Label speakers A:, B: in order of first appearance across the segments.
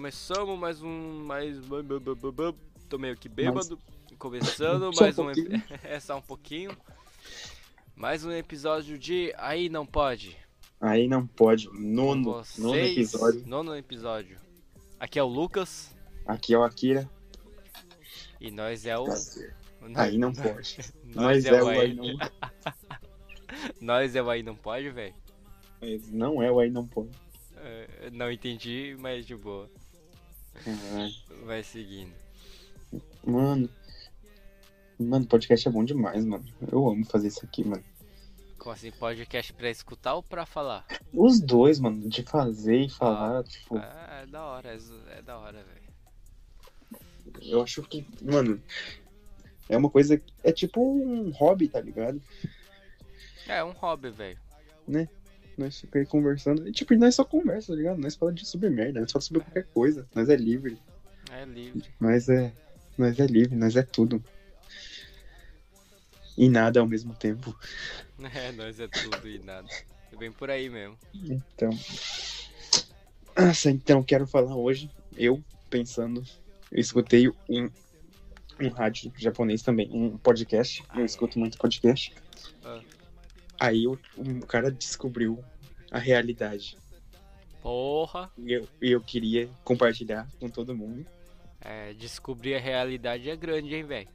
A: Começamos mais um. Mais. Tô meio que bêbado. Começando mais
B: Só um
A: um. ep- É só um pouquinho. Mais um episódio de Aí Não Pode.
B: Aí não pode.
A: Com
B: Nono,
A: vocês,
B: nono episódio.
A: Nono episódio. Aqui é o Lucas
B: Aqui é o Akira.
A: e nós é o.
B: Tá. Aí não pode.
A: Nós
B: Mas
A: é o
B: aí
A: Aí.
B: não
A: Nós é o Aí Não Pode, velho.
B: Mas não é o aí não pode.
A: É, Não entendi, mas de boa.
B: Caralho.
A: Vai seguindo.
B: Mano. Mano, podcast é bom demais, mano. Eu amo fazer isso aqui, mano.
A: Como assim, podcast pra escutar ou pra falar?
B: Os dois, mano, de fazer e falar, tipo,
A: Ah, é da hora, é zo- é da hora, velho.
B: eu acho que, mano, é uma coisa, que- é tipo um hobby, tá ligado?
A: É, é um hobby, velho.
B: Nós ficamos aí conversando, e, tipo, nós só conversa, tá ligado? Nós falamos de sobre merda, nós falamos sobre qualquer coisa, nós é livre.
A: É livre.
B: Nós é, nós é livre, nós é tudo. E nada ao mesmo tempo.
A: É, nós é tudo e nada. É bem por aí mesmo.
B: Então. Nossa, então quero falar hoje. Eu pensando, eu escutei um, um rádio japonês também, um podcast. Eu escuto muito podcast.
A: Ah.
B: Aí o um cara descobriu a realidade.
A: Porra!
B: E eu, e eu queria compartilhar com todo mundo
A: É, descobrir a realidade é grande, hein, velho.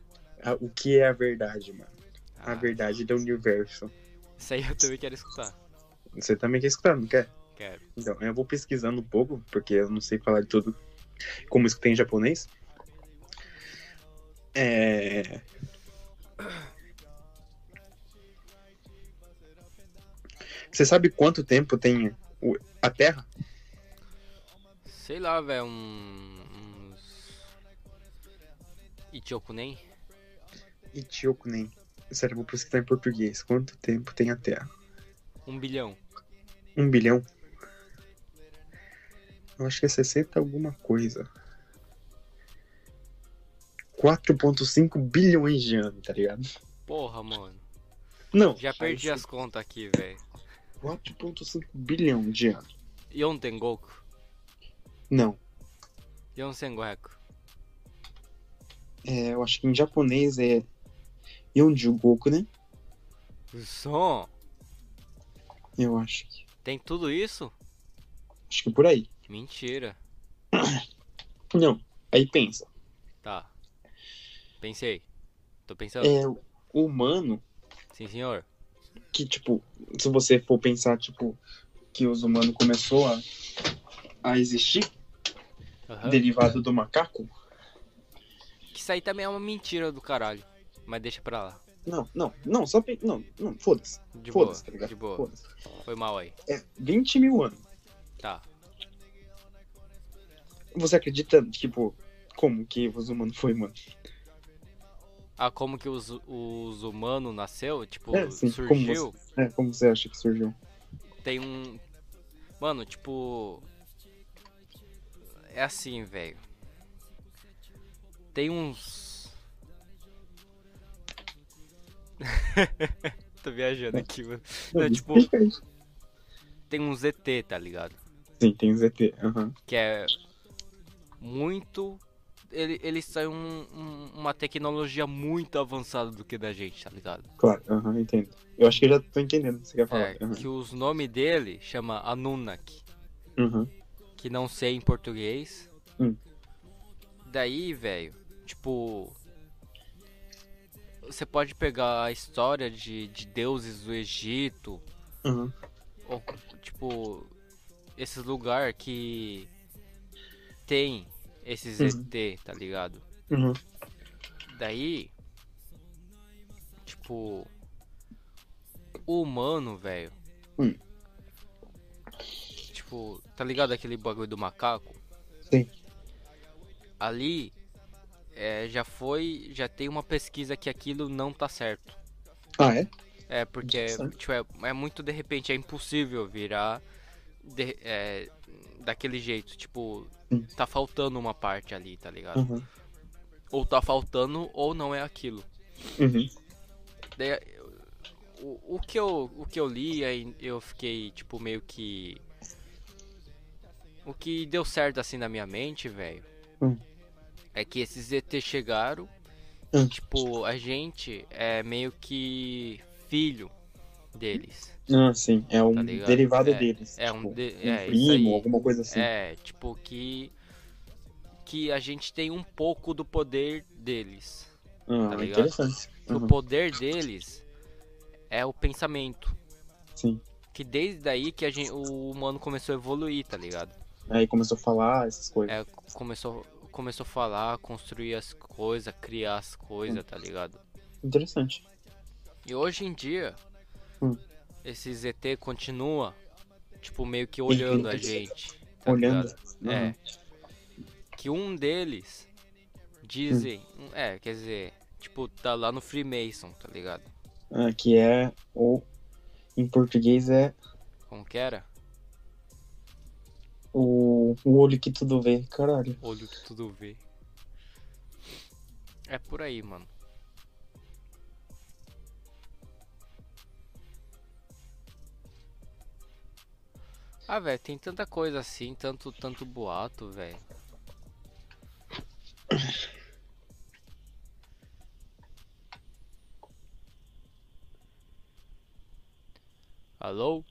B: a- o que é a verdade, mano. A
A: Ah,
B: verdade do universo.
A: Isso aí eu também quero escutar.
B: Você também quer escutar, não quer?
A: Quero.
B: Então, eu vou pesquisando um pouco, porque eu não sei falar de tudo como isso tem em japonês. É... Você sabe quanto tempo tem o- a Terra?
A: Sei lá, velho, um, uns. Ichokunen?
B: Itiokunen. Sério, é, eu vou pesquisar em português. Quanto tempo tem a Terra?
A: Um bilhão.
B: Um bilhão? Eu acho que é 60 alguma coisa. 4,5 bilhões de anos, tá ligado?
A: Porra, mano.
B: Não.
A: Já perdi
B: Aí,
A: as contas aqui, velho.
B: 4,5 bilhão de anos.
A: Yon Tengoku.
B: Não.
A: Yon Sengoku.
B: É, eu acho que em japonês é Yonjugoku, né?
A: O som!
B: Eu acho que.
A: Tem tudo isso?
B: Acho que é por aí.
A: Mentira.
B: Não. Aí pensa.
A: Tá. Pensei. Tô pensando.
B: É o humano
A: Sim, senhor.
B: que, tipo, se você for pensar, tipo, que os humanos começou a, a existir,
A: Aham.
B: derivado do macaco.
A: Que isso aí também é uma mentira do caralho. Mas deixa pra lá.
B: Não, não, não, só. pe- Não, não, foda-se.
A: De boa,
B: Foda-se, tá ligado?
A: de boa.
B: Foda-se.
A: Foi mal aí.
B: É 20 mil anos.
A: Tá.
B: Você acredita, tipo, como que os humanos foi, mano?
A: Ah, como que os, os humanos nasceu? Tipo,
B: É, sim, como
A: surgiu?
B: É, como você acha que surgiu?
A: Tem um... Mano, tipo... É assim, velho. Tem uns... Tô viajando
B: É.
A: aqui, mano. Não,
B: Me
A: tipo-
B: explica isso.
A: Tem uns ET, tá ligado?
B: Sim, tem ZT. aham.
A: que é muito. Ele, eles têm um- um- uma tecnologia muito avançada do que da gente, tá ligado?
B: Claro, aham, entendo. Eu acho que eu já tô entendendo o que você quer falar.
A: É,
B: Aham,
A: que os nome dele chama Anunnaki,
B: aham.
A: que não sei em português.
B: Hum.
A: Daí, velho, tipo. Você pode pegar a história de, de deuses do Egito,
B: aham.
A: ou, tipo, esses lugar que tem esses
B: Uhum.
A: ET, tá ligado?
B: aham.
A: Daí, tipo, o humano, velho.
B: Hum.
A: Tipo, tá ligado aquele bagulho do macaco?
B: Sim.
A: Ali é, já foi, já tem uma pesquisa que aquilo não tá certo.
B: Ah, é?
A: É, porque
B: Interessante.
A: tipo, é, é muito de repente, é impossível virar de- é, daquele jeito. Tipo,
B: Sim.
A: tá faltando uma parte ali, tá ligado?
B: Aham.
A: Ou tá faltando ou não é aquilo.
B: Uhum.
A: Daí, eu- o, o que eu, o que eu li, aí eu fiquei, tipo, meio que O que deu certo assim na minha mente, velho,
B: Hum.
A: é que esses ET chegaram
B: Hum.
A: e, tipo, a gente é meio que filho deles.
B: Ah, sim. É um
A: Tá ligado?
B: derivado
A: É,
B: deles.
A: é um
B: tipo,
A: de- é, isso
B: primo,
A: aí.
B: alguma coisa assim.
A: É, tipo, que. Que a gente tem um pouco do poder deles.
B: Ah,
A: tá ligado?
B: interessante.
A: Que
B: Uhum.
A: O poder deles é o pensamento.
B: Sim.
A: Que desde daí que a gente, o humano começou a evoluir, tá ligado?
B: Aí começou a falar essas coisas.
A: É, começou, começou a falar, construir as coisas, criar as coisas, tá ligado?
B: Interessante.
A: E hoje em dia,
B: Hum.
A: esse ZT continua, tipo, meio que olhando a gente. tá
B: Olhando.
A: ligado? É. Que um deles dizem.
B: Hum.
A: É, quer dizer, tipo, tá lá no Freemason, tá ligado?
B: Uhum. Ah, que é. Ou. Em português é
A: Como que era?
B: o, o olho que tudo vê. Caralho.
A: Olho que tudo vê. É por aí, mano. Ah, velho, tem tanta coisa assim, tanto, tanto boato, velho. Alô?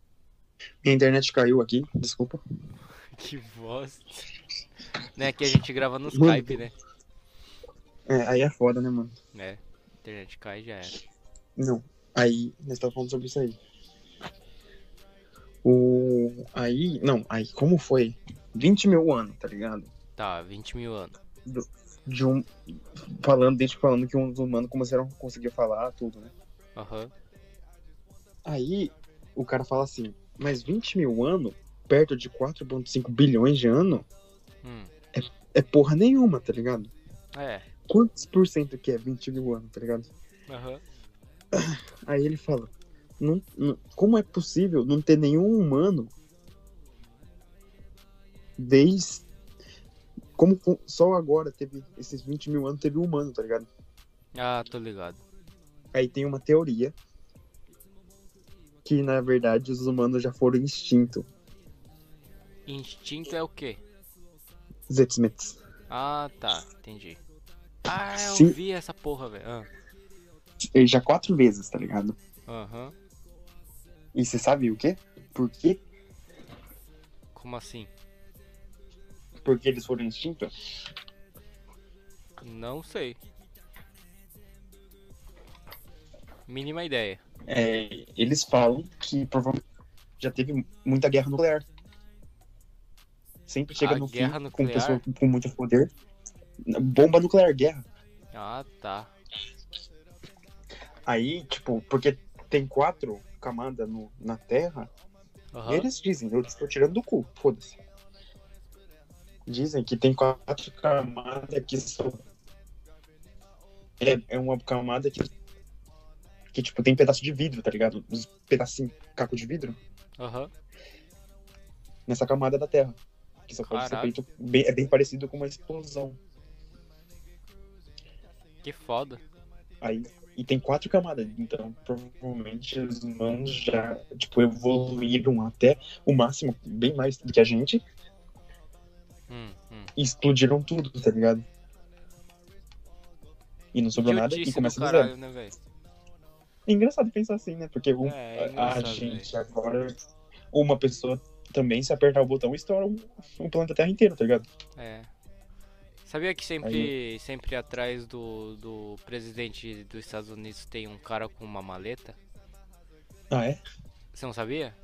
B: Minha internet caiu aqui, desculpa.
A: Que bosta. Né, que a gente grava no
B: Mano.
A: Skype, né?
B: É, aí é foda, né, mano?
A: É, internet cai já era.
B: Não. Aí, nós estávamos falando sobre isso aí. O. Aí. Não, aí como foi? 20 mil anos, tá ligado?
A: Tá, 20 mil anos.
B: De um. Falando, desde falando que os humanos começaram a conseguir falar tudo, né?
A: Aham.
B: Aí o cara fala assim, mas 20 mil anos, perto de 4,5 bilhões de ano,
A: Hum.
B: é porra nenhuma, tá ligado?
A: É.
B: Quantos por cento que é 20 mil anos, tá ligado?
A: Aham.
B: Aí ele fala, não, não- como é possível não ter nenhum humano desde. Como co- só agora teve. Esses 20 mil anos teve humano, tá ligado?
A: Ah, tô ligado.
B: Aí tem uma teoria que na verdade os humanos já foram extintos.
A: Instinto é o quê?
B: Zetsmets.
A: Ah, tá. Entendi. Ah, eu
B: Sim.
A: vi essa porra, velho. Ah,
B: Ele já quatro vezes, tá ligado?
A: Aham.
B: E você sabe o quê? Por quê?
A: Como assim?
B: Porque eles foram extintos?
A: Não sei. Mínima ideia.
B: É, eles falam que provavelmente já teve muita guerra nuclear. Sempre chega
A: Ah,
B: no fim
A: guerra
B: com
A: nuclear?
B: pessoa com muito poder. Bomba nuclear, guerra.
A: Ah, tá.
B: Aí, tipo, porque tem quatro camadas no- na Terra,
A: Aham.
B: eles dizem, eu estou tirando do cu, foda-se. Dizem que tem quatro camadas que são. É, é uma camada que. Que, tipo, tem pedaço de vidro, tá ligado? Uns pedacinhos, caco de vidro,
A: Aham.
B: nessa camada da Terra. Que só pode ser
A: Caralho.
B: feito. Bem, é bem parecido com uma explosão.
A: Que foda.
B: Aí, e tem quatro camadas, então provavelmente os humanos já tipo, evoluíram até o máximo, bem mais do que a gente,
A: Hum, hum.
B: e explodiram tudo, tá ligado? E não sobrou nada e
A: Idiotice do
B: começa do
A: caralho,
B: zero.
A: né, velho?
B: É engraçado pensar assim, né? Porque um-
A: É, é
B: a
A: engraçado,
B: gente agora, uma pessoa também, se apertar o botão, estoura o, o planeta Terra inteiro, tá ligado?
A: É. Sabia que sempre, sempre atrás do, do presidente dos Estados Unidos tem um cara com uma maleta?
B: Ah, é?
A: Você não sabia?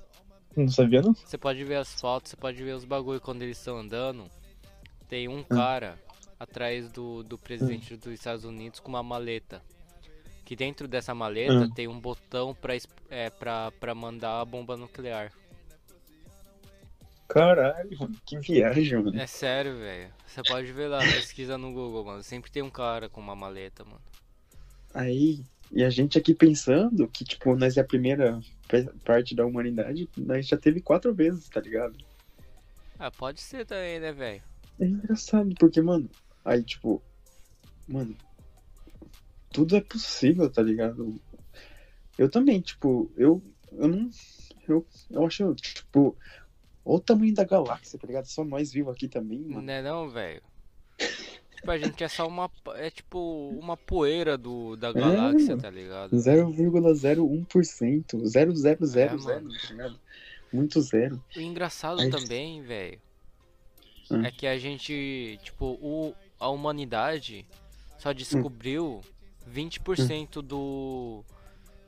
B: Não sabia, não?
A: Você pode ver as fotos, você pode ver os bagulho quando eles estão andando. Tem um cara atrás do, do presidente dos Estados Unidos com uma maleta. Que dentro dessa maleta
B: Hum.
A: tem um botão pra, es- é, pra, pra mandar a bomba nuclear.
B: Caralho, mano, que viagem, mano.
A: É sério, velho. Você pode ver lá, pesquisa no Google, mano. Sempre tem um cara com uma maleta, mano.
B: Aí, e a gente aqui pensando que, tipo, nós é a primeira pe- parte da humanidade, nós já teve quatro vezes, tá ligado?
A: Ah, pode ser também, né, velho?
B: É engraçado, porque, mano, aí, tipo, mano, tudo é possível, tá ligado? Eu também, tipo, eu, eu não, eu, eu acho, tipo, Olha o tamanho da galáxia, tá ligado? Só nós vivos aqui também, mano.
A: Não é não, velho? tipo, a gente é só uma. É tipo uma poeira do, da galáxia,
B: mano.
A: tá ligado?
B: 0,01%. 0,000,
A: É, mano.
B: tá ligado? Muito zero.
A: O engraçado
B: Aí-
A: também, velho,
B: Hum.
A: é que a gente, tipo, o, a humanidade só descobriu 20% do,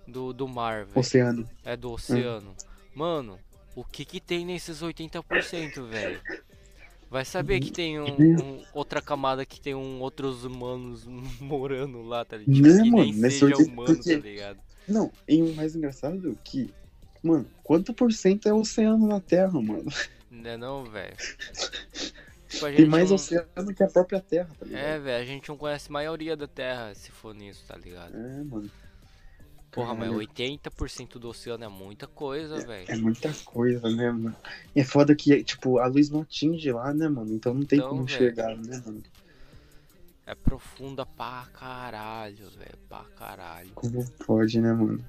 A: do do mar, velho.
B: Oceano.
A: É do oceano. Mano, o que que tem nesses 80%, velho? Vai saber que tem um,
B: Hum.
A: um- outra camada que tem um, outros humanos morando lá, tá ligado?
B: Né,
A: que
B: mano?
A: nem
B: Nesse
A: seja
B: 80%,
A: humano, tá
B: porque-
A: ligado?
B: Não, e o mais engraçado é que, mano, quanto por cento é oceano na Terra, mano?
A: Não é não, velho? Tipo, a
B: Tem mais
A: não-
B: oceano que a própria Terra, tá ligado?
A: É, velho, a gente não conhece a maioria da Terra se for nisso, tá ligado?
B: É, mano.
A: Porra, mas
B: Caralho.
A: 80% do oceano é muita coisa, velho.
B: É muita coisa, né, mano? E é foda que, tipo, a luz não atinge lá, né, mano? Então não tem
A: Então,
B: como
A: velho.
B: enxergar, né, mano?
A: É profunda pra caralho, velho. Pra caralho.
B: Como pode, né, mano?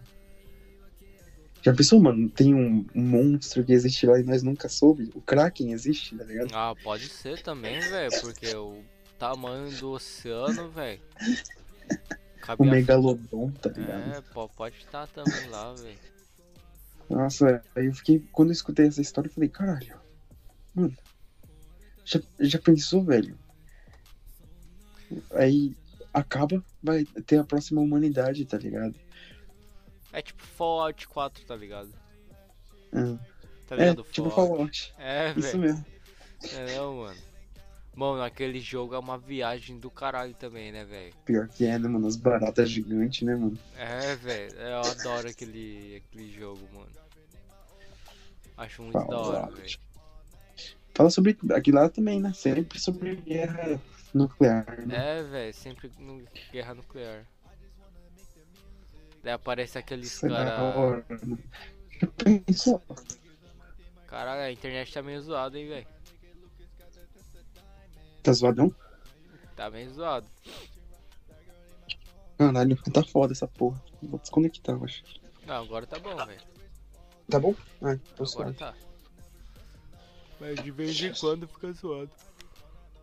B: Já pensou, mano? Tem um um monstro que existe lá e nós nunca soube? O Kraken existe, tá ligado?
A: Ah, pode ser também, velho, porque o tamanho do oceano, velho.
B: O
A: Cabe a...
B: Megalodon, tá ligado?
A: É, pô, pode estar também lá, velho.
B: Nossa, aí eu fiquei. Quando eu escutei essa história, eu falei, caralho. Mano. Já, já pensou, velho? Aí acaba, vai ter a próxima humanidade, tá ligado?
A: É tipo Fallout 4, tá ligado?
B: Ah,
A: Tá
B: É,
A: ligado?
B: tipo Fallout.
A: É,
B: Isso
A: velho.
B: mesmo.
A: É, não, mano. Mano, aquele jogo é uma viagem do caralho também, né, velho?
B: Pior que é, né, mano? As baratas gigantes, né, mano?
A: É, velho, eu adoro aquele, aquele jogo, mano. Acho muito da hora,
B: Fallout.
A: velho.
B: Fala sobre aquilo lá também, né? Sempre sobre guerra nuclear, né?
A: É, velho, sempre no guerra nuclear. Daí aparece aqueles
B: Isso é da
A: cara.
B: hora, né? Já pensou?
A: Caralho, a internet tá meio zoada, hein, velho.
B: Tá zoadão?
A: Tá meio zoado.
B: Caralho, tá foda essa porra. Vou desconectar, eu acho.
A: Não, agora tá bom, velho.
B: Tá bom? Ah, tô
A: Agora
B: suave.
A: tá. Mas de vez em quando fica zoado.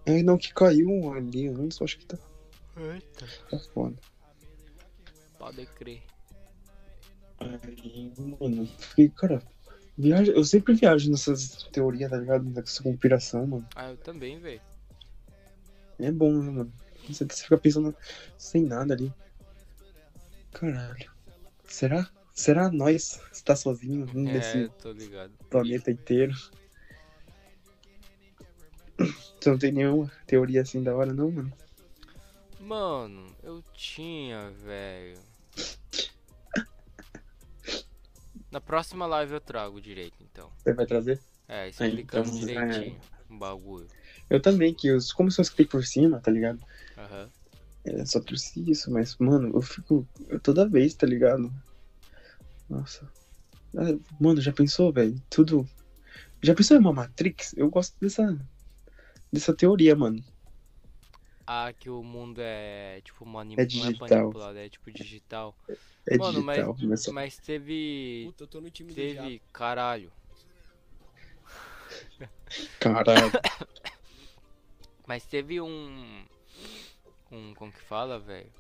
B: Ai, É, não, que caiu um ali antes, eu acho que tá,
A: Eita.
B: tá foda.
A: Pode crer.
B: Aí, mano, eu fiquei, cara, viaja, eu sempre viajo nessas teorias, tá ligado? Nessa conspiração, mano.
A: Ah, eu também, velho.
B: É bom, né, mano? Você, você fica pensando sem nada ali. Caralho. Será? Será nós estar sozinho nesse
A: É, tô ligado.
B: planeta inteiro? Você não tem nenhuma teoria assim da hora, não, mano?
A: Mano, eu tinha, velho. Na próxima live eu trago direito, então.
B: Você vai trazer?
A: É, explicando
B: então,
A: direitinho o bagulho.
B: Eu também, que eu, como eu só escutei por cima, tá ligado?
A: Aham.
B: É, só trouxe isso, mas, mano, eu fico. Eu toda vez, tá ligado? Nossa. É, Mano, já pensou, velho? Tudo. Já pensou em uma Matrix? Eu gosto dessa. Dessa teoria, mano.
A: Ah, que o mundo é tipo mani
B: É
A: não
B: digital.
A: é manipulado, é tipo digital.
B: É
A: Mano, mas-
B: digital. Mas...
A: Mas teve.
C: Puta, eu tô no time do Diabo.
A: Teve. Caralho.
B: Caralho.
A: Mas teve um. Um. Como que fala, velho?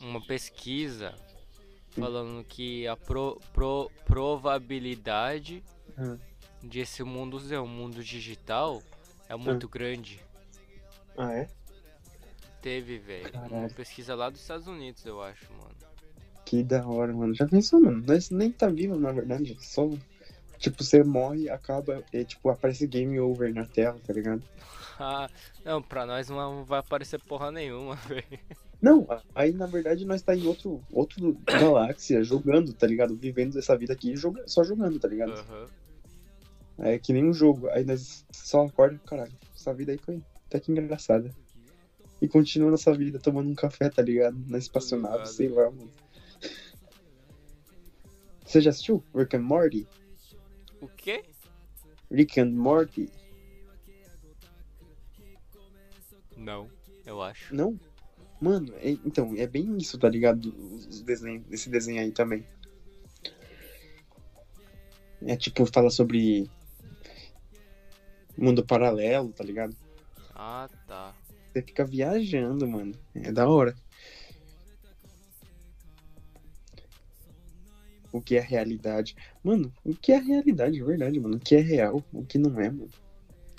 A: Uma pesquisa
B: Hum.
A: falando que a pro, pro- probabilidade
B: Hum.
A: de esse mundo ser um mundo digital é muito grande.
B: ah, é?
A: Teve, velho. Uma
B: Caralho.
A: pesquisa lá dos Estados Unidos, eu acho, mano.
B: Que da hora, mano. Já pensou, mano? Nós nem tá vivo, na verdade. Só. Tipo, você morre, acaba. E, tipo, aparece game over na tela, tá ligado?
A: Ah, não, pra nós não vai aparecer porra nenhuma, velho.
B: Não, aí na verdade nós tá em outro, outro galáxia jogando, tá ligado? Vivendo essa vida aqui, joga- só jogando, tá ligado?
A: Aham.
B: É que nem um jogo. Aí nós só acorda, caralho, essa vida aí foi até que engraçada. E continua nossa vida tomando um café, tá ligado? Na espaçonave,
A: ligado.
B: sei lá, mano. Você já assistiu Rick and Morty?
A: O quê?
B: Rick and Morty?
A: Não, eu acho.
B: Não? Mano, é- então, é bem isso, tá ligado? Os- os desenho- esse desenho aí também. É tipo, fala sobre mundo paralelo, tá ligado?
A: Ah, tá.
B: Você fica viajando, mano. É da hora. O que é realidade? Mano, o que é realidade de verdade, mano? O que é real? O que não é, mano?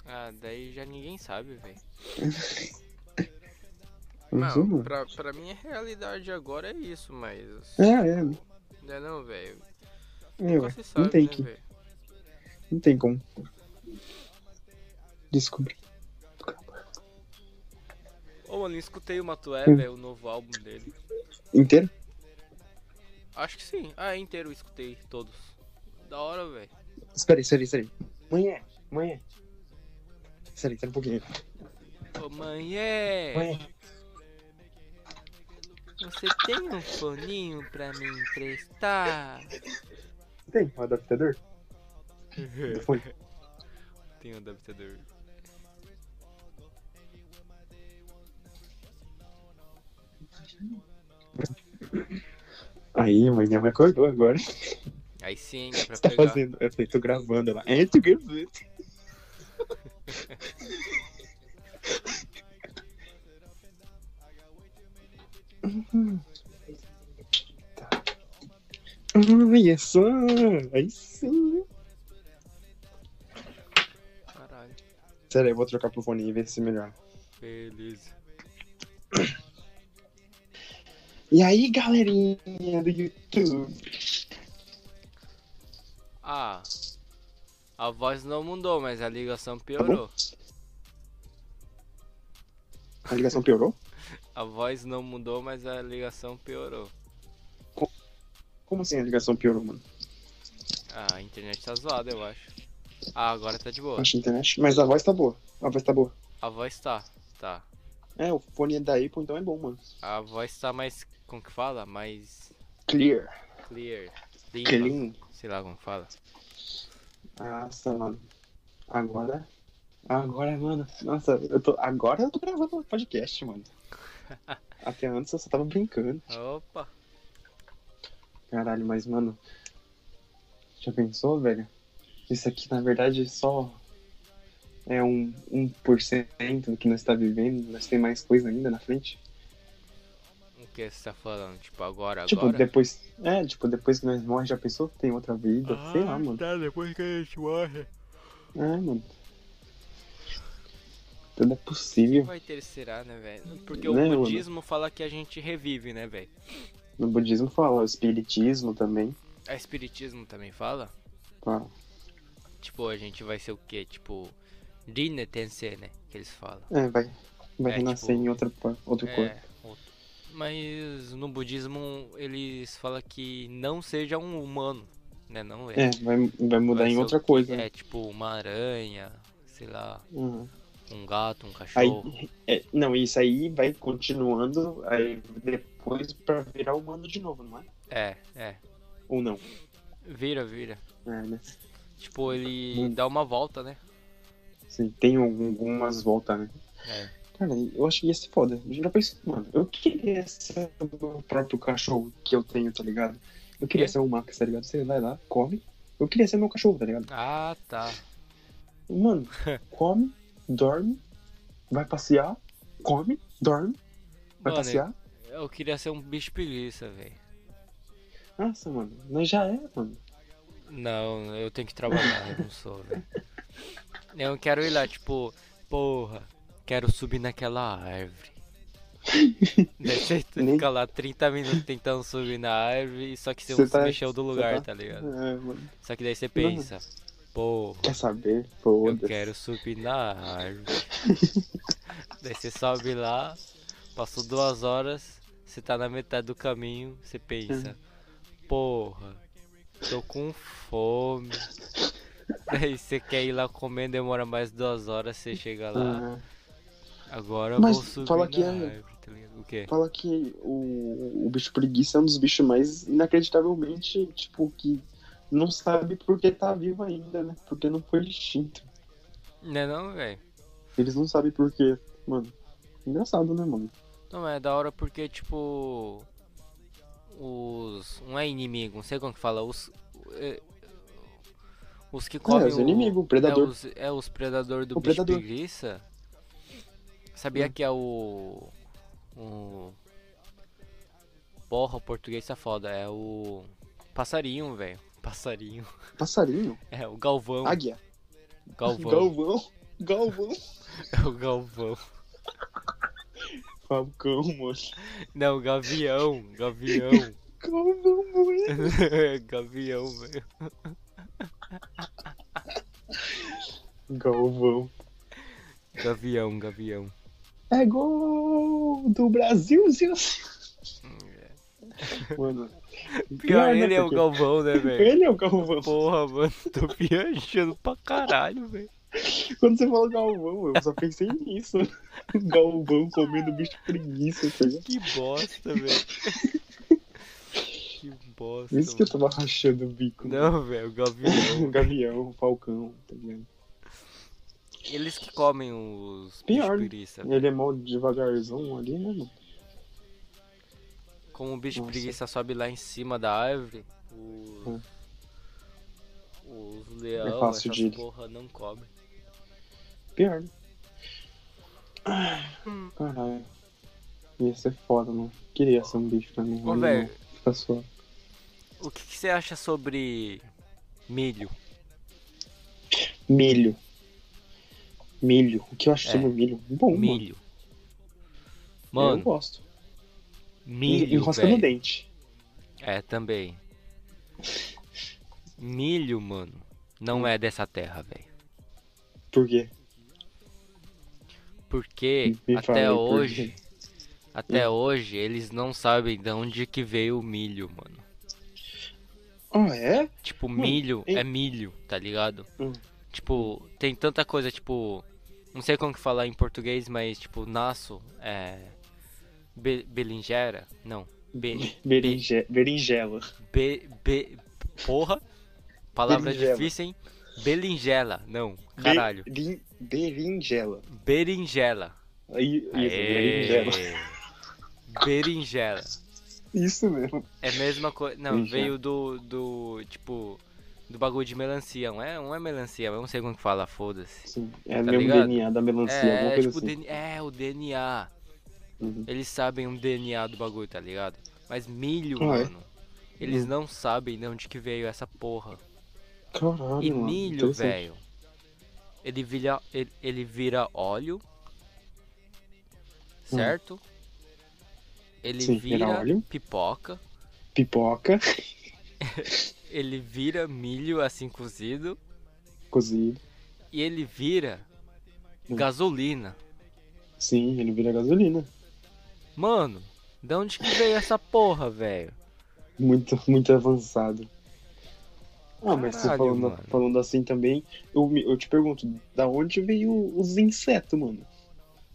A: Ah, daí já ninguém sabe, velho.
B: Eu não sou,
C: Não,
B: mano.
C: pra, pra mim a realidade agora é isso, mas.
B: É, é. né?
C: Não é não, velho.
B: É,
C: Nunca
B: ué.
C: se
B: não
C: sabe,
B: tem
C: né,
B: que-
C: velho?
B: Não tem como. Descobri.
A: Ô, mano, escutei o Matué,
B: Hum.
A: velho, o novo álbum dele.
B: Inteiro?
A: Acho que sim. Ah, inteiro eu escutei todos. Da hora, velho.
B: Espera aí, espera aí, espera aí. Manhã, manhã. Espera aí, espera um pouquinho.
A: Ô, mãe, é.
B: Manhã.
A: Você tem um foninho pra me emprestar?
B: Tem um adaptador? Do fone.
A: tem um adaptador.
B: Aí, mas minha mãe acordou agora. O
A: Aí sim, dá pra
B: que você tá
A: pegar.
B: fazendo? Eu falei, tô gravando ela. É, tô gravando. Tá. Olha Ah, é só! Aí sim!
A: Caralho.
B: Sério, eu vou trocar pro fone e ver se melhora.
A: Beleza.
B: E aí, galerinha do YouTube?
A: Ah. A voz não mudou, mas a ligação piorou.
B: A ligação piorou?
A: A voz não mudou, mas a ligação piorou.
B: Como assim a ligação piorou, mano?
A: Ah, a internet tá zoada, eu acho. Ah, agora tá de boa.
B: Acho a internet. Mas a voz tá boa. A voz tá boa.
A: A voz tá, tá.
B: É, o fone é da Apple, então é bom, mano.
A: A voz tá mais. Como que fala? Mais.
B: Clear.
A: clear. Limpa.
B: Clean.
A: Sei lá como fala.
B: Nossa, mano. Agora. Agora, mano. Nossa, eu tô. Agora eu tô gravando um podcast, mano. Até antes eu só tava brincando.
A: Opa!
B: Caralho, mas, mano. Já pensou, velho? Isso aqui, na verdade, só. É um 1% do que nós tá vivendo. Nós tem mais coisa ainda na frente.
A: O que você tá falando? Tipo, agora,
B: Tipo,
A: agora?
B: depois. É, tipo, depois que nós morremos, já pensou que tem outra vida? Sei lá, mano.
A: Tá, depois que a gente morre.
B: É, mano. Tudo é possível.
A: Vai ter será, né, velho? Porque
B: Né,
A: o
B: mano?
A: budismo fala que a gente revive, né, velho?
B: No budismo fala, o espiritismo também. tá?
A: A espiritismo também fala?
B: Fala.
A: Tipo, a gente vai ser o quê? Tipo, Rine Tensei, né? Que eles falam.
B: É, vai, vai
A: É,
B: renascer
A: tipo,
B: em outra, pa- outro corpo.
A: É, outro. Mas no budismo eles falam que não seja um humano, né? Não é.
B: É, vai, vai mudar
A: Vai
B: em
A: ser
B: outra
A: o-
B: coisa. né?
A: É tipo uma aranha, sei lá,
B: Uhum.
A: um gato, um
B: Aí,
A: cachorro.
B: é, não, isso aí vai continuando, aí depois pra virar humano de novo, não é?
A: É, é.
B: Ou não?
A: Vira, vira.
B: É, né?
A: Tipo, ele
B: Hum.
A: dá uma volta, né?
B: Sim, tem algum- algumas voltas, né?
A: É.
B: Cara, eu acho que ia ser foda. Eu Já pensei, mano, eu queria ser o meu próprio cachorro que eu tenho, tá ligado? Eu queria
A: É.
B: ser o Max, tá ligado? Você vai lá, come. Eu queria ser meu cachorro, tá ligado?
A: Ah, tá.
B: Mano, come, dorme, vai passear, come, dorme, vai
A: Mano,
B: passear.
A: eu queria ser um bicho preguiça, velho.
B: Nossa, mano, nós já é, mano.
A: Não, eu tenho que trabalhar, eu não sou, velho. Eu quero ir lá, tipo, porra, quero subir naquela árvore. Daí você
B: Nem-
A: fica lá 30 minutos tentando subir na árvore, só que você,
B: Você
A: não
B: tá-
A: se mexeu do
B: você
A: lugar,
B: tá-
A: tá ligado?
B: É, mano.
A: Só que daí você pensa, porra,
B: Quer saber?
A: eu
B: Foda-se.
A: quero subir na árvore. Daí você sobe lá, passou duas horas, você tá na metade do caminho, você pensa,
B: Uhum.
A: porra, tô com fome. Daí você quer ir lá comer, demora mais duas horas, você chega lá,
B: Ah,
A: agora eu
B: Mas
A: vou subir
B: fala
A: na
B: que é-
A: árvore, tá ligado? O quê?
B: fala que o, o bicho preguiça é um dos bichos mais inacreditavelmente, tipo, que não sabe porque tá vivo ainda, né? Porque não foi extinto.
A: Não é não, velho?
B: Eles não sabem por quê. Mano, engraçado, né, mano?
A: Não, mas é da hora porque, tipo, os... Não é inimigo, não sei como que fala, os... é, Os que
B: É,
A: comem
B: os
A: o-
B: inimigos, o predador.
A: É os, é os predador do
B: O
A: bicho
B: predador.
A: preguiça. Sabia que é o. O. Porra, o português tá foda. É o. Passarinho, velho. Passarinho.
B: Passarinho?
A: É o Galvão.
B: Águia?
A: Galvão.
B: Galvão? Galvão?
A: É o Galvão.
B: Falcão, mano.
A: Não, Gavião. Gavião.
B: Galvão, mano.
A: Gavião, velho.
B: Galvão.
A: Gavião, Gavião.
B: É gol do Brasil, Zil. Mano.
A: É. Pior,
B: né,
A: ele é o
B: porque
A: Galvão, né, velho?
B: Ele é o Galvão.
A: Porra, mano, tô viajando pra caralho, velho.
B: Quando você falou Galvão, eu só pensei nisso. Galvão comendo bicho preguiça, tá ligado?
A: Que bosta, velho. Que bosta.
B: Isso que eu
A: mano.
B: tava rachando o bico. né?
A: Não, velho, o Gavião.
B: O Gavião, o Falcão, tá ligado?
A: Eles que comem os
B: Pior,
A: bicho preguiça.
B: Ele é mó devagarzão ali, né, mano?
A: Como o bicho
B: Nossa.
A: preguiça sobe lá em cima da árvore, os,
B: Hum.
A: os leão,
B: É fácil
A: essas
B: de-
A: porra não cobre.
B: Pior, né? Ah, Caralho. Ia ser foda, mano. Queria ser um bicho pra mim.
A: Ô,
B: mas
A: velho,
B: não, Fica só.
A: o que, que você acha sobre milho?
B: Milho. Milho. O que eu acho
A: É.
B: sobre milho? Bom,
A: milho.
B: mano.
A: Mano,
B: Eu gosto.
A: milho,
B: Enrosca no
A: velho.
B: dente.
A: É, também. Milho, mano, não é dessa terra, velho.
B: Por quê?
A: Porque
B: Me fala aí,
A: até
B: por
A: hoje, até hoje, eles não sabem de onde que veio o milho, mano.
B: Ah, é?
A: Tipo,
B: Mano,
A: milho
B: e-
A: é milho, tá ligado?
B: Hum.
A: Tipo, tem tanta coisa, tipo. Não sei como que falar em português, mas tipo, naço é. Be belingera? Não. Be.
B: Hum. Berinje... Berinjela.
A: Be. be porra! Palavra
B: Berinjela.
A: difícil, hein? Belingela. Não, caralho.
B: Berin... Berinjela.
A: Berinjela.
B: Aí, Isso,
A: Aê.
B: berinjela.
A: Berinjela.
B: Isso mesmo.
A: É a mesma coisa. Não,
B: Berinjela.
A: veio do. do. tipo. Do bagulho de melancia. Não é, não é melancia, mas eu não sei como que fala, foda-se.
B: Sim, é o
A: Tá
B: mesmo
A: ligado?
B: DNA da melancia, alguma
A: É,
B: coisa
A: tipo,
B: assim.
A: DN é, o DNA.
B: Uhum.
A: Eles sabem um o DNA do bagulho, tá ligado? Mas milho,
B: Ah, é?
A: mano. Eles não sabem de onde que veio essa porra.
B: Caralho,
A: E
B: mano.
A: milho,
B: interessante.
A: velho. Ele vira, ele, ele vira óleo. Certo? Ele
B: Hum. Sim, vira
A: vira
B: óleo.
A: pipoca.
B: Pipoca,
A: Ele vira milho assim cozido.
B: cozido.
A: E ele vira
B: Hum.
A: gasolina.
B: Sim, ele vira gasolina.
A: Mano, de onde que veio essa porra, velho?
B: Muito, muito avançado. Ah, mas você
A: Caralho,
B: falando,
A: mano.
B: falando assim também, eu, me- eu te pergunto, da onde veio os insetos, mano?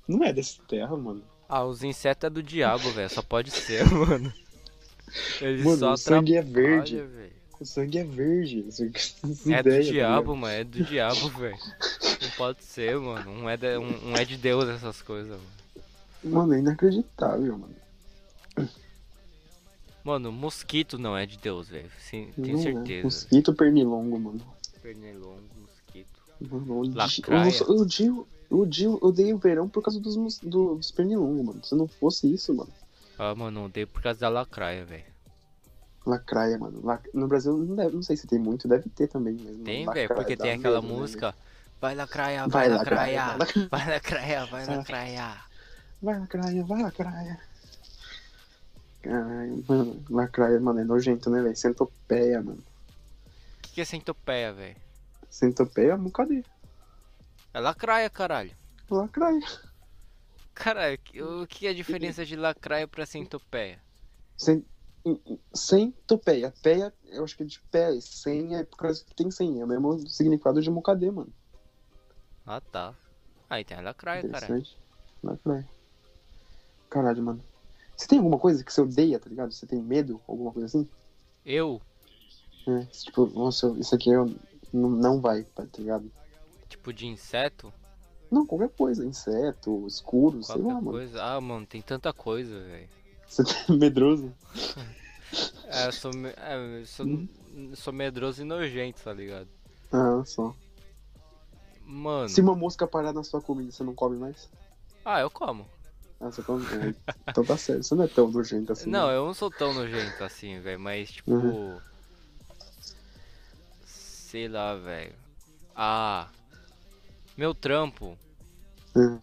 B: Não é dessa terra, mano.
A: Ah, os insetos é do diabo, velho. Só pode ser, mano. Eles
B: mano,
A: só
B: o sangue é
A: atrapalham,
B: verde.
A: velho.
B: O sangue é verde. Você não tem
A: É
B: ideia,
A: do
B: tá
A: diabo,
B: ligado?
A: mano. É do diabo, velho. Não pode ser, mano. Não é de, um, um é de Deus essas coisas, mano.
B: Mano, é inacreditável, mano.
A: Mano, mosquito não é de Deus, velho. Sim,
B: Não
A: Tenho
B: é.
A: certeza.
B: Mosquito pernilongo, mano.
A: Pernilongo, mosquito.
B: Mano, eu
A: Lacraia.
B: odio- eu odio, eu odio, eu odeio o verão por causa dos, mos- do- dos pernilongos, mano. Se não fosse isso, mano.
A: Ah, mano, eu odeio por causa da lacraia, velho.
B: Lacraia, mano. Lac- No Brasil, não, deve- não sei se tem muito, deve ter também. Mas, mano,
A: Tem,
B: lacraia
A: velho, porque
B: dá
A: tem aquela
B: medo, né,
A: música. Vai lacraia,
B: velho?
A: vai,
B: Vai,
A: lacraia.
B: lacraia, vai lacraia,
A: Vai lacraia, vai
B: Vai.
A: lacraia.
B: vai lacraia, vai lacraia. Caralho, mano, lacraia, mano, é nojento, né, velho? Centopeia, mano.
A: O que, que é centopeia, velho?
B: Centopeia é um cadê?
A: É lacraia, caralho.
B: Lacraia.
A: Cara, que- o que é a diferença de lacraia pra centopeia?
B: Cen- Centopeia. Peia, eu acho que é de pé. Sem é por causa que tem sem. É o mesmo significado de mucadê, mano.
A: Ah, tá. Aí tem a lacraia, cara.
B: Interessante. Vai pra aí. Caralho, mano. Você tem alguma coisa que você odeia, tá ligado? Você tem medo, alguma coisa assim?
A: Eu,
B: É, tipo, nossa, eu- isso aqui eu, não, não vai, tá ligado?
A: tipo de inseto,
B: Não, qualquer coisa, inseto, escuro, sei lá,
A: qualquer
B: mano.
A: coisa. Ah, mano, tem tanta coisa, velho.
B: Você tá medroso? Uhum.
A: É, eu sou, me- é, eu sou, sou medroso e nojento, tá ligado?
B: Ah, só.
A: Mano.
B: Se uma mosca parar na sua comida, você não come mais?
A: Ah, eu como.
B: Ah, você come? É, então tá certo, você não é tão nojento assim.
A: Não,
B: né?
A: eu não sou tão nojento assim, velho, mas tipo.
B: Uhum.
A: Sei lá, velho. Ah. Meu trampo,
B: Hum.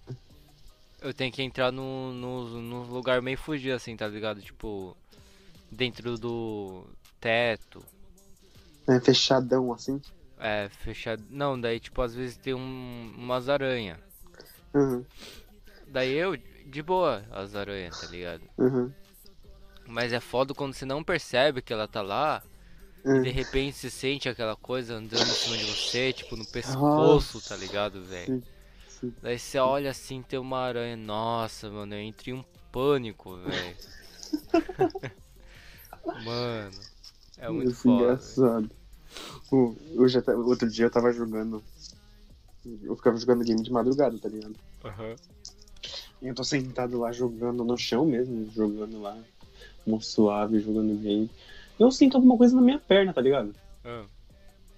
A: eu tenho que entrar num no, no, lugar meio fugido assim, tá ligado? Tipo. Dentro do teto.
B: É fechadão assim.
A: É, fechado. Não, daí tipo, às vezes tem um, umas aranhas.
B: Uhum,
A: Daí eu, de boa, as aranhas, tá ligado?
B: uhum,
A: Mas é foda quando você não percebe que ela tá lá e de
B: uhum.
A: repente você sente aquela coisa andando em cima de você, tipo no pescoço, tá ligado, velho?
B: Sim, sim.
A: Daí você olha assim, tem uma aranha. Nossa, mano, eu entrei em um pânico, velho. mano, é muito
B: Isso,
A: foda. velho.
B: engraçado. O- eu já ta- outro dia eu tava jogando. Eu ficava jogando game de madrugada, tá ligado? E eu tô sentado lá jogando no chão mesmo, jogando lá, mó suave, jogando game. Eu sinto alguma coisa na minha perna, tá ligado?
A: Ah,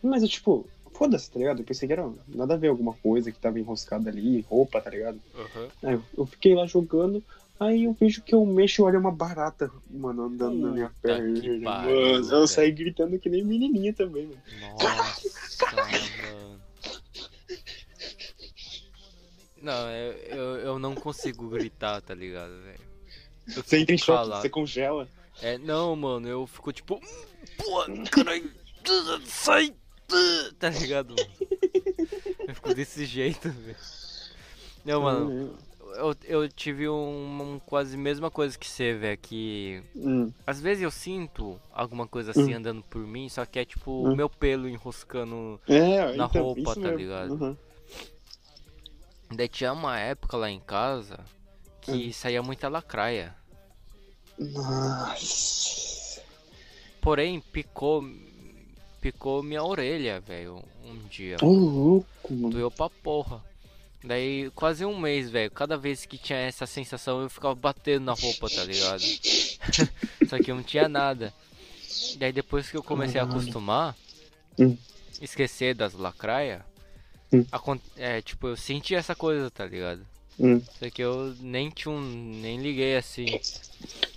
B: Mas eu, tipo, foda-se, tá ligado? Eu pensei que era nada a ver alguma coisa que tava enroscada ali, roupa, tá ligado?
A: aham.
B: Aí eu, eu fiquei lá jogando, aí eu vejo que eu mexo e olha uma barata, mano, andando na minha perna.
A: que
B: mano,
A: pariu,
B: eu
A: cara.
B: saí gritando que nem menininha também, mano.
A: Nossa, mano. Não, eu, eu, eu não consigo gritar, tá ligado, velho? Eu
B: Você entra em
A: fico
B: choque,
A: calado.
B: você congela.
A: É, não, mano, eu fico tipo. "Hum, Pô, caralho, sai! ah", Tá ligado? mano? Eu fico desse jeito, velho. Não, Então, mano, eu, eu tive um, um quase mesma coisa que você, velho, que.
B: Hum,
A: Às vezes eu sinto alguma coisa assim andando por mim, só que é tipo o
B: Hum.
A: meu pelo enroscando.
B: É,
A: Na
B: então,
A: roupa,
B: isso
A: tá
B: mesmo.
A: ligado?
B: Uhum.
A: Daí tinha uma época lá em casa que
B: Hum.
A: saía muita lacraia.
B: Nossa.
A: Porém, picou. Picou minha orelha, velho, um dia.
B: Ô, louco, mano.
A: Doeu pra porra. Daí, quase um mês, velho. Cada vez que tinha essa sensação, eu ficava batendo na roupa, tá ligado? Só que eu não tinha nada. Daí, depois que eu comecei a
B: Caralho.
A: acostumar,
B: Hum.
A: esquecer das lacraia,
B: Hum.
A: acon- é, tipo, eu senti essa coisa, tá ligado?
B: Hum.
A: Só que eu nem tinha um, nem liguei assim.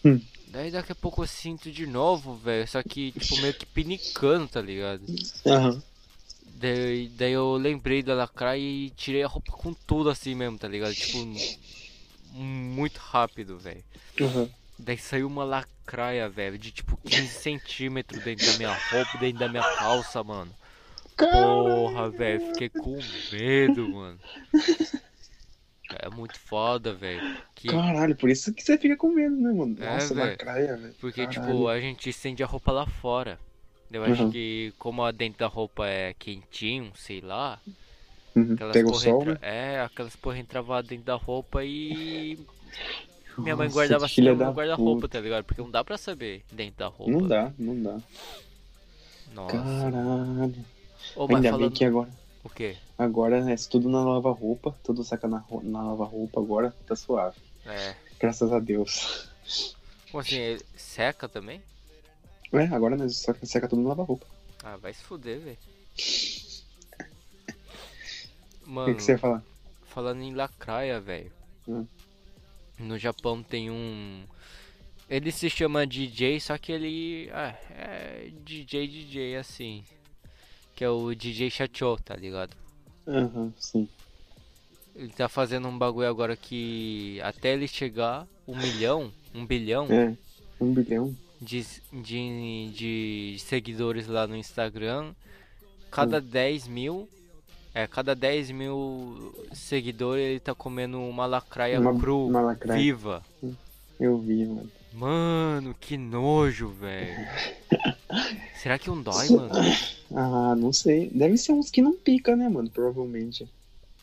B: Hum.
A: Daí, daqui a pouco eu sinto de novo, velho. Só que, tipo, meio que pinicando, tá ligado?
B: Aham.
A: Daí, daí eu lembrei da lacraia e tirei a roupa com tudo assim mesmo, tá ligado? Tipo, m- muito rápido, velho.
B: Aham.
A: Daí saiu uma lacraia, velho, de tipo 15 centímetros dentro da minha roupa, dentro da minha calça, mano. Porra, velho, fiquei com medo, mano. É muito foda, velho. Que,
B: Caralho, por isso que você fica com medo, né, mano?
A: É,
B: Nossa,
A: velho.
B: lacraia, velho.
A: porque, tipo,
B: Caralho.
A: a gente estende a roupa lá fora. Eu acho
B: Uhum.
A: que, como a dentro da roupa é quentinho, sei lá.
B: Uhum,
A: Aquelas
B: Pega o
A: porra
B: sol,
A: entra-
B: né?
A: É, aquelas porra entrava dentro da roupa e. Minha mãe
B: Nossa,
A: guardava
B: que filha
A: no
B: da
A: guarda-roupa, tá ligado? Porque não dá pra saber dentro da roupa.
B: Não dá, não dá.
A: né? Nossa.
B: Caralho.
A: Ô, mas
B: Ainda
A: falando.
B: bem que é agora.
A: O quê?
B: Agora é tudo na nova roupa, tudo saca na, ro- na nova roupa agora, tá suave.
A: É.
B: Graças a Deus.
A: Como assim? ele Seca também?
B: É, agora nós só que seca tudo na nova roupa.
A: Ah, vai se fuder, velho.
B: O
A: Mano,
B: que, que você ia falar?
A: falando em lacraia, velho.
B: Hum.
A: No Japão tem um. Ele se chama DJ, só que ele. Ah, é DJ, DJ assim. Que é o DJ Chacho, tá ligado?
B: Aham, sim.
A: Ele tá fazendo um bagulho agora que até ele chegar um milhão, um bilhão
B: É. Um bilhão.
A: de, de, de seguidores lá no Instagram,
B: Hum.
A: cada 10 mil, é, cada 10 mil seguidores ele tá comendo uma lacraia
B: Uma,
A: cru,
B: uma lacraia.
A: viva.
B: Eu vi, mano.
A: Mano, que nojo, velho. Será que não dói, mano?
B: Ah, não sei. Deve ser uns que não pica, né, mano? Provavelmente.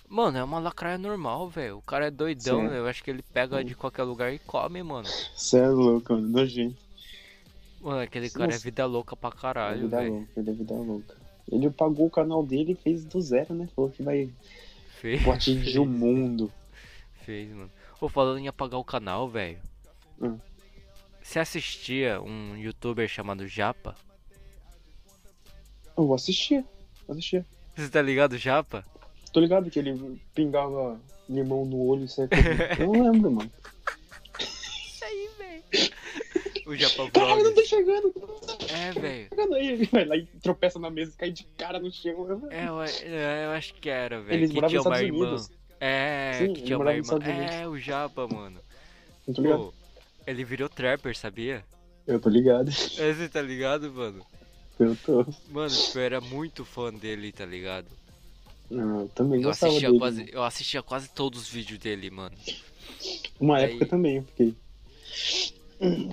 A: Mano, é uma lacraia normal, velho. O cara é doidão,
B: Sim.
A: né? eu acho que ele pega de qualquer lugar e come, mano.
B: Você é louco, mano. Nojento.
A: Mano, aquele cara é
B: Nossa.
A: vida louca pra
B: Ele é
A: caralho,
B: vida
A: velho.
B: louca, ele é vida louca. Ele pagou o canal dele e fez do zero, né? Falou que vai
A: Fez,
B: vou atingir o mundo.
A: fez, mano. Ô, falando em apagar o canal, velho.
B: Hum.
A: Você assistia um youtuber chamado Japa?
B: Eu vou assistir. Assistia.
A: Você tá ligado, Japa?
B: Tô ligado que ele pingava limão no olho e saia correndo. Eu não lembro, mano.
A: Isso aí, velho. O Japa
B: Caralho, não
A: Vlogs.
B: tô chegando, não tô
A: É, velho.
B: chegando. Aí ele vai lá e tropeça na mesa e cai de cara no chão. Eu-
A: É, eu, é, eu acho que era, velho.
B: Eles
A: Que
B: moravam
A: tinha
B: nos
A: uma
B: Estados
A: irmã.
B: Unidos.
A: É,
B: Sim,
A: que
B: ele
A: tinha uma
B: morava nos
A: irmã.
B: Estados Unidos.
A: É, o Japa, mano.
B: Não tô ligado?
A: Pô, ele virou trapper, sabia?
B: Eu tô ligado.
A: É, você tá ligado, mano?
B: Eu tô.
A: Mano, tipo, eu era muito fã dele, tá ligado?
B: Não, eu Ah, também
A: Eu
B: gostava
A: assistia,
B: dele.
A: quase, eu assistia quase todos os vídeos dele, mano.
B: Uma
A: Aí-
B: época também, eu fiquei.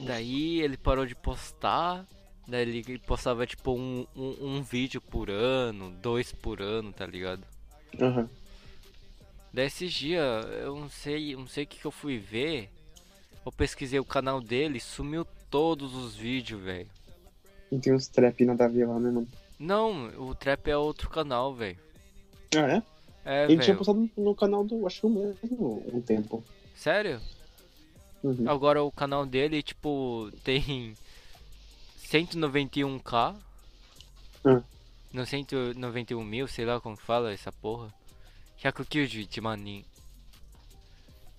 A: Daí ele parou de postar. Daí ele postava tipo um, um, um vídeo por ano, dois por ano, tá ligado?
B: Aham.
A: Daí esses dias, eu não sei, não sei o que, que eu fui ver. Eu pesquisei o canal dele, sumiu todos os vídeos, velho.
B: E tem uns trap nada a ver lá, né, mano?
A: Não, o Trap é outro canal, velho.
B: Ah, é?
A: É,
B: ele tinha
A: velho.
B: postado no- no canal do, acho que o mesmo, um tempo.
A: Sério?
B: Uhum.
A: Agora o canal dele, tipo, tem 191k.
B: Hum.
A: Não, 191 mil, sei lá como que fala essa porra. Já que o Kyujit, maninho.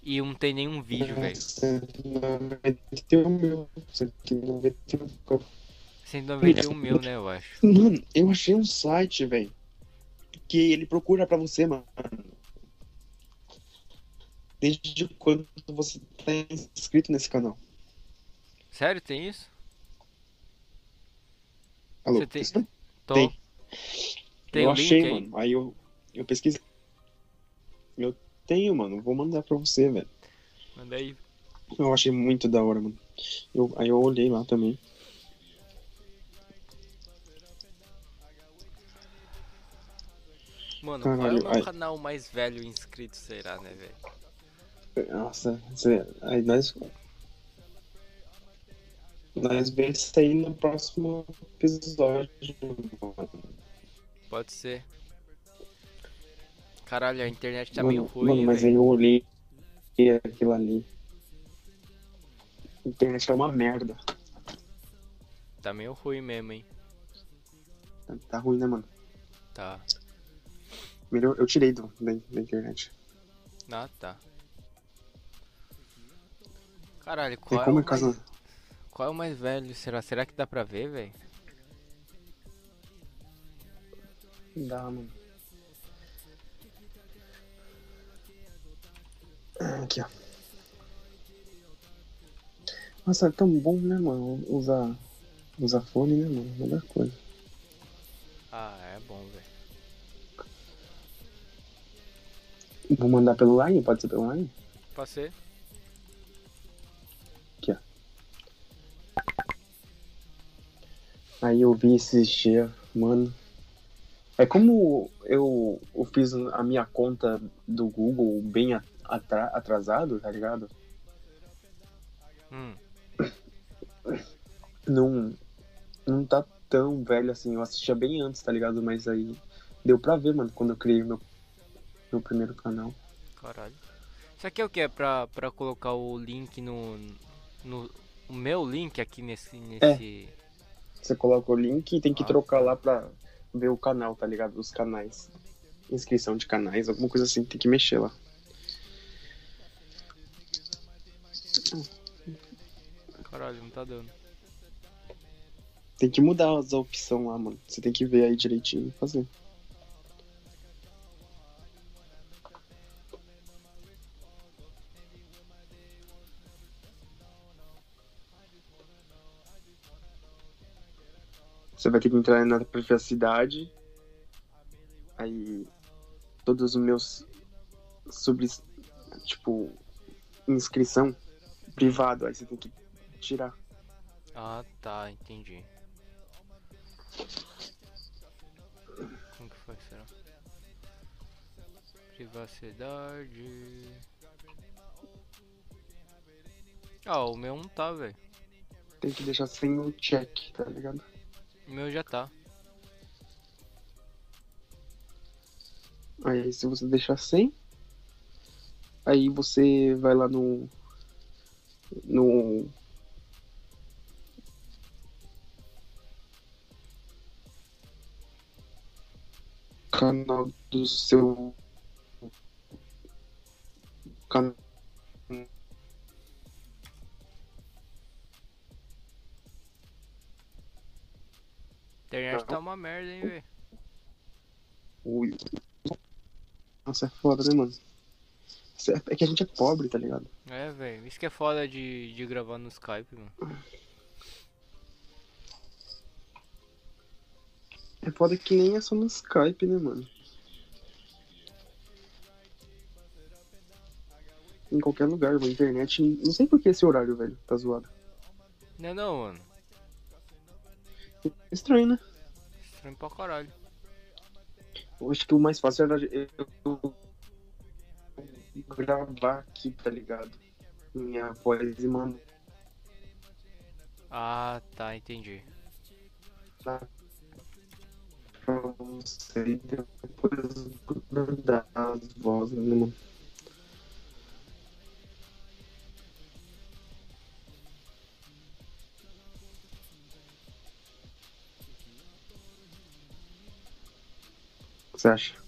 A: E não tem nenhum vídeo, velho.
B: 191 mil. 191 mil.
A: 191 mil, né, eu acho.
B: Mano, eu achei um site, velho. Que ele procura pra você, mano. Desde quando você tá inscrito nesse canal.
A: Sério, tem isso?
B: Alô,
A: Você tem-
B: pessoal?
A: Tô.
B: Tem.
A: Tem
B: eu
A: o link
B: achei,
A: aí.
B: mano. Aí eu, eu pesquisei. Eu tenho, mano. Vou mandar pra você, velho.
A: Manda aí.
B: Eu achei muito da hora, mano. Eu, aí eu olhei lá também.
A: Mano,
B: Caralho,
A: qual é o meu
B: ai.
A: canal mais velho inscrito será, né, velho?
B: Nossa, cê- aí nós. Nós vemos isso aí no próximo episódio, mano.
A: Pode ser. Caralho, a internet tá meio
B: mano,
A: ruim,
B: mano, mas
A: velho.
B: aí eu olhei aquilo ali. A internet é uma merda.
A: Tá meio ruim mesmo, hein?
B: Tá, tá ruim, né, mano?
A: Tá.
B: Melhor eu tirei do, da, da internet.
A: Ah, tá. Caralho,
B: Tem
A: qual é,
B: como
A: o
B: é casa.
A: mais, qual é o mais velho? Será, será que dá pra ver, velho?
B: Dá, mano. Ah, Aqui, ó. Nossa, é tão bom, né, mano? Usar, usar fone, né, mano? Melhor coisa.
A: Ah, é bom, velho.
B: Vou mandar pelo Line? Pode ser pelo Line?
A: Passei.
B: Aí eu vi esses dias, mano. É como eu, eu fiz a minha conta do Google bem atra- atrasado, tá ligado?
A: Hum,
B: não, não tá tão velho assim. Eu assistia bem antes, tá ligado? Mas aí deu pra ver, mano, quando eu criei meu, meu primeiro canal.
A: caralho. Isso aqui é o que? É pra, pra colocar o link no. no o meu link aqui nesse. nesse...
B: É. Você coloca o link e tem que
A: Ah,
B: trocar lá pra ver o canal, tá ligado? Os canais. Inscrição de canais, alguma coisa assim, tem que mexer lá.
A: Caralho, não tá dando.
B: Tem que mudar as opções lá, mano. Você tem que ver aí direitinho e fazer. Você vai ter que entrar na privacidade. Aí todos os meus sobre tipo inscrição privado, aí você tem que tirar.
A: Ah, tá, entendi. Como que faz, será? Privacidade. Ah, o meu não tá, velho.
B: Tem que deixar sem o check, tá ligado?
A: O meu já tá.
B: Aí se você deixar sem, aí você vai lá no. No. canal do seu. Canal.
A: internet tá uma merda, hein, velho.
B: Ui. Nossa, é foda, né, mano? Isso É é que a gente é pobre, tá ligado?
A: É, velho. Isso que é foda de, de gravar no Skype, mano.
B: É foda que nem é só no Skype, né, mano? Em qualquer lugar, mano. Internet. Não sei por que esse horário, velho. Tá zoado.
A: Não é não, mano.
B: Estranho, né?
A: Estranho pra caralho.
B: Eu acho que o mais fácil era eu eu gravar aqui, tá ligado? Minha voz e mandar
A: Ah, tá, entendi.
B: pra você e depois mandar as vozes, né, mano? O que Você acha?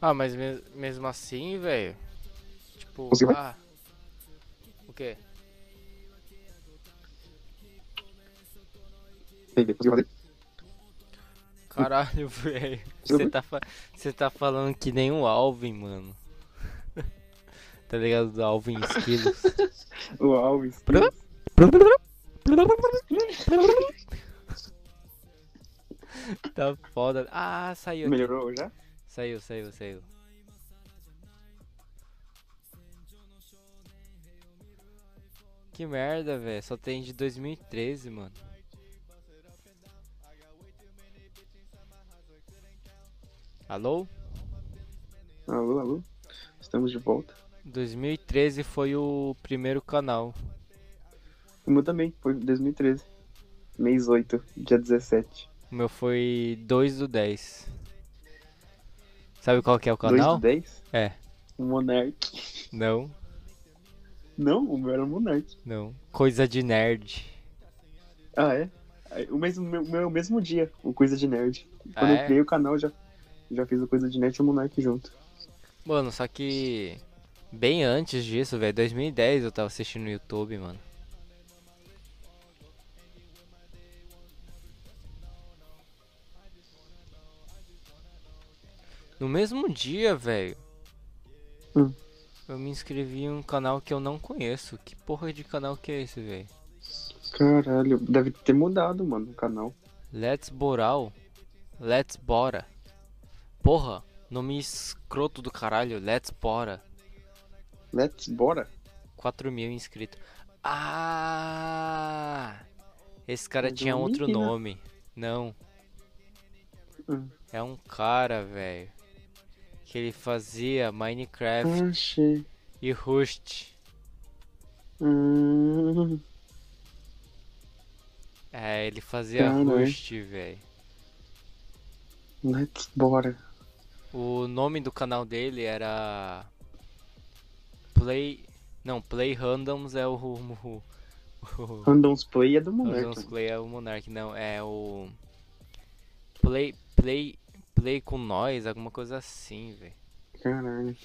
A: Ah, mas me- mesmo assim, velho. Tipo,
B: Você vai-
A: ah. O quê?
B: Tem depois que eu falei,
A: Caralho, velho.
B: Você
A: Você tá, fa- você tá falando que nem o Alvin, mano. tá ligado? Do Alvin Esquilos.
B: O Alves.
A: Pra- tá foda. Ah, saiu. aqui.
B: Melhorou já?
A: Saiu, saiu, saiu. Que merda, velho. Só tem de 2013, mano. Alô?
B: Alô, alô. Estamos de volta.
A: 2013 foi o primeiro canal.
B: O meu também, foi 2013. Mês 8, dia 17.
A: O meu foi 2 do 10. Sabe qual que é o
B: 2
A: canal?
B: de 10?
A: É.
B: Monark.
A: Não,
B: Não, o meu era Monark.
A: não. Coisa de nerd.
B: Ah, é? Aí, O mesmo, meu, meu- o mesmo dia, o Coisa de Nerd. Quando
A: Ah,
B: eu
A: é?
B: criei o canal, já, já fiz o Coisa de Nerd e o Monark junto.
A: Mano, só que. Bem antes disso, velho. 2010 eu tava assistindo no YouTube, mano. No mesmo dia, velho.
B: Hum.
A: Eu me inscrevi em um canal que eu não conheço. Que porra de canal que é esse, velho?
B: Caralho, deve ter mudado, mano, o canal.
A: Let's Boral. Let's Bora. Porra, nome escroto do caralho. Let's Bora.
B: Let's bora.
A: 4 mil inscritos. Ah! Esse cara
B: É de
A: tinha
B: uma
A: outro
B: menina.
A: nome. Não.
B: Hum.
A: É um cara, velho. Que ele fazia Minecraft
B: Hum. Achei.
A: e Rust.
B: Hum,
A: É, ele fazia
B: Caralho.
A: Rust, velho.
B: let's bora.
A: O nome do canal dele era. Play. Não, Play Randoms é o. o, o
B: Randoms Play é do
A: Dungeons
B: Monark.
A: Play é o Monark, não, é o. Play. Play. Play com nós, alguma coisa assim, velho.
B: Caralho.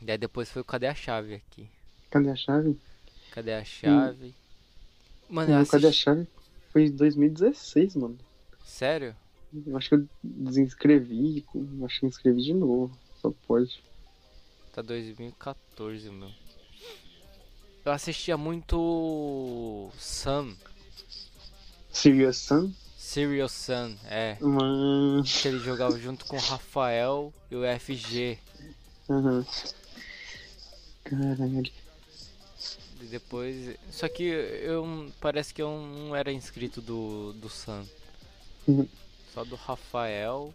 A: Daí depois foi o Cadê a Chave aqui.
B: Cadê a chave?
A: Cadê a chave? Mano, eu
B: Não, Hum. Cadê a
A: assisti-
B: chave? Foi em 2016, mano.
A: Sério?
B: Eu acho que eu desinscrevi, eu acho que eu inscrevi de novo. Só pode.
A: Tá 2014, meu. Eu assistia muito. Sun.
B: Serious Sun?
A: Serial Sun, é.
B: Mano.
A: Que ele jogava junto com o Rafael e o FG.
B: Aham. Caralho.
A: E depois. Só que eu. Parece que eu não era inscrito do, do Sam.
B: Uhum.
A: Só do Rafael.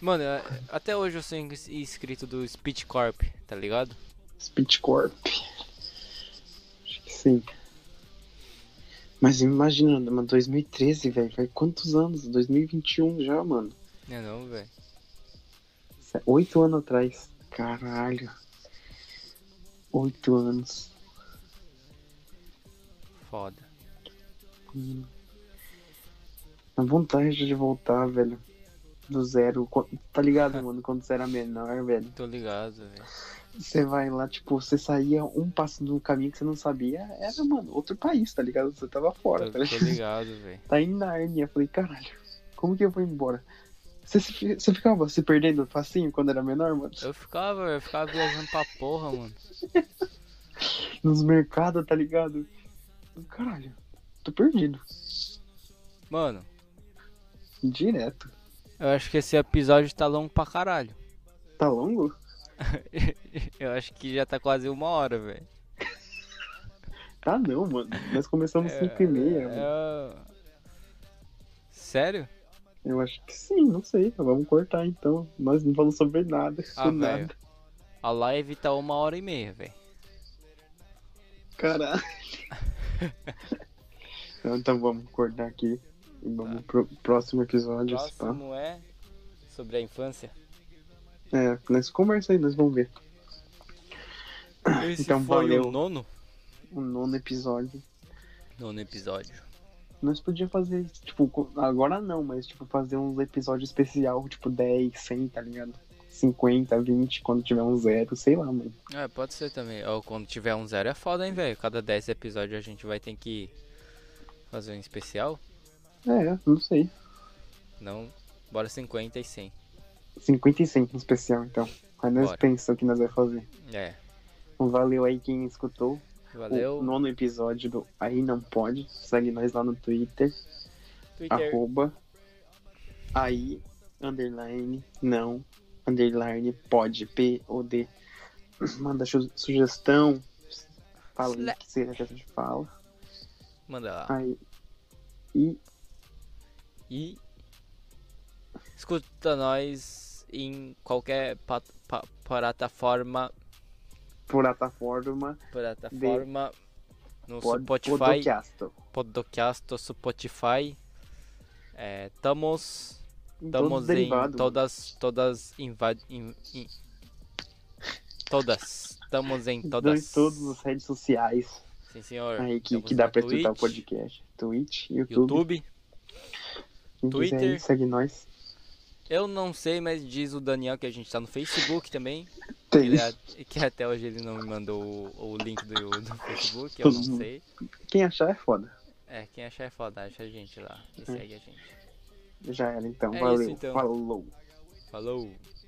A: Mano, eu- até hoje eu sou ins- inscrito do Speed Corp, tá ligado?
B: Speed Corp. Acho que sim. Mas imagina, mano, 2013, velho. Vai quantos anos? 2021 já, mano.
A: Não é não, velho.
B: Isso é Oito anos atrás. Caralho. Oito anos.
A: Foda.
B: Hum. A vontade de voltar, velho. Do zero. Qu- Tá ligado, mano? Quando você era menor, velho.
A: Tô ligado, velho.
B: Você vai lá, tipo, você saía um passo do caminho que você não sabia. Era, mano, outro país, tá ligado? Você tava fora,
A: Tô,
B: tá
A: tô
B: ligado?
A: ligado, velho.
B: Tá em Nárnia. Eu Falei, caralho, como que eu vou embora? Você, se fi- você ficava se perdendo facinho quando era menor, mano?
A: Eu ficava, eu ficava viajando pra porra, mano.
B: Nos mercados, tá ligado? Caralho, tô perdido.
A: Mano,
B: Direto.
A: eu acho que esse episódio tá longo pra caralho.
B: Tá longo?
A: Eu acho que já tá quase uma hora, velho.
B: Tá não, mano. Nós começamos 5 e meia, mano.
A: É... Sério?
B: Eu acho que sim, não sei. Vamos cortar então. Nós não falamos sobre nada.
A: Ah,
B: sobre
A: velho.
B: nada.
A: A live tá uma hora e meia, velho.
B: Caralho. Não, então vamos cortar aqui. E vamos pro próximo episódio. se pá.
A: Tá. Próximo é sobre a infância.
B: É, nós conversa aí, nós vamos ver.
A: Esse
B: Então,
A: foi
B: valeu.
A: o nono?
B: O nono episódio.
A: Nono episódio.
B: Nós podíamos fazer, tipo, co- agora não, mas tipo, fazer uns episódios especial, tipo 10, 100, tá ligado? 50, 20, quando tiver um zero, sei lá, mano.
A: É, pode ser também. Ó, quando tiver um zero é foda, hein, velho. Cada 10 episódios a gente vai ter que fazer um especial.
B: É, não sei.
A: Não, bora 50 e 100.
B: 50 e 100 no especial, então. Aí nós
A: Bora.
B: pensamos o que nós vamos fazer. Então,
A: É,
B: Valeu aí quem escutou.
A: valeu.
B: O nono episódio do Aí Não Pode. Segue nós lá no Twitter.
A: Twitter.
B: Arroba. Aí, underline, não, underline, pode, P, O, D. Manda su- sugestão. Fala aí o que será que a gente fala.
A: Manda lá.
B: Aí. E
A: E escuta nós em qualquer pat- pa- plataforma,
B: por plataforma
A: plataforma no
B: pode
A: Spotify,
B: podcast.
A: Podcast, Spotify. É, tamos
B: Em
A: Estamos
B: todos
A: em
B: derivados, mano.
A: todas, todas invad... in- in- Todas. Estamos em todas.
B: Em todas as redes sociais.
A: Sim, senhor.
B: Aí que,
A: Estamos
B: que dá
A: na
B: pra escutar o
A: É, Twitch,
B: podcast. Twitch,
A: YouTube.
B: YouTube. quem quiser aí,
A: Twitter.
B: segue nós.
A: Eu não sei, mas diz o Daniel que a gente tá no Facebook também.
B: Tem.
A: Ele a- que até hoje ele não me mandou o, o link do, do Facebook, eu não
B: Todo mundo.
A: sei.
B: Quem achar é foda.
A: É, quem achar é foda, acha a
B: É.
A: gente lá. E segue a gente.
B: Já era, então.
A: É
B: Valeu.
A: isso, então.
B: Falou.
A: Falou!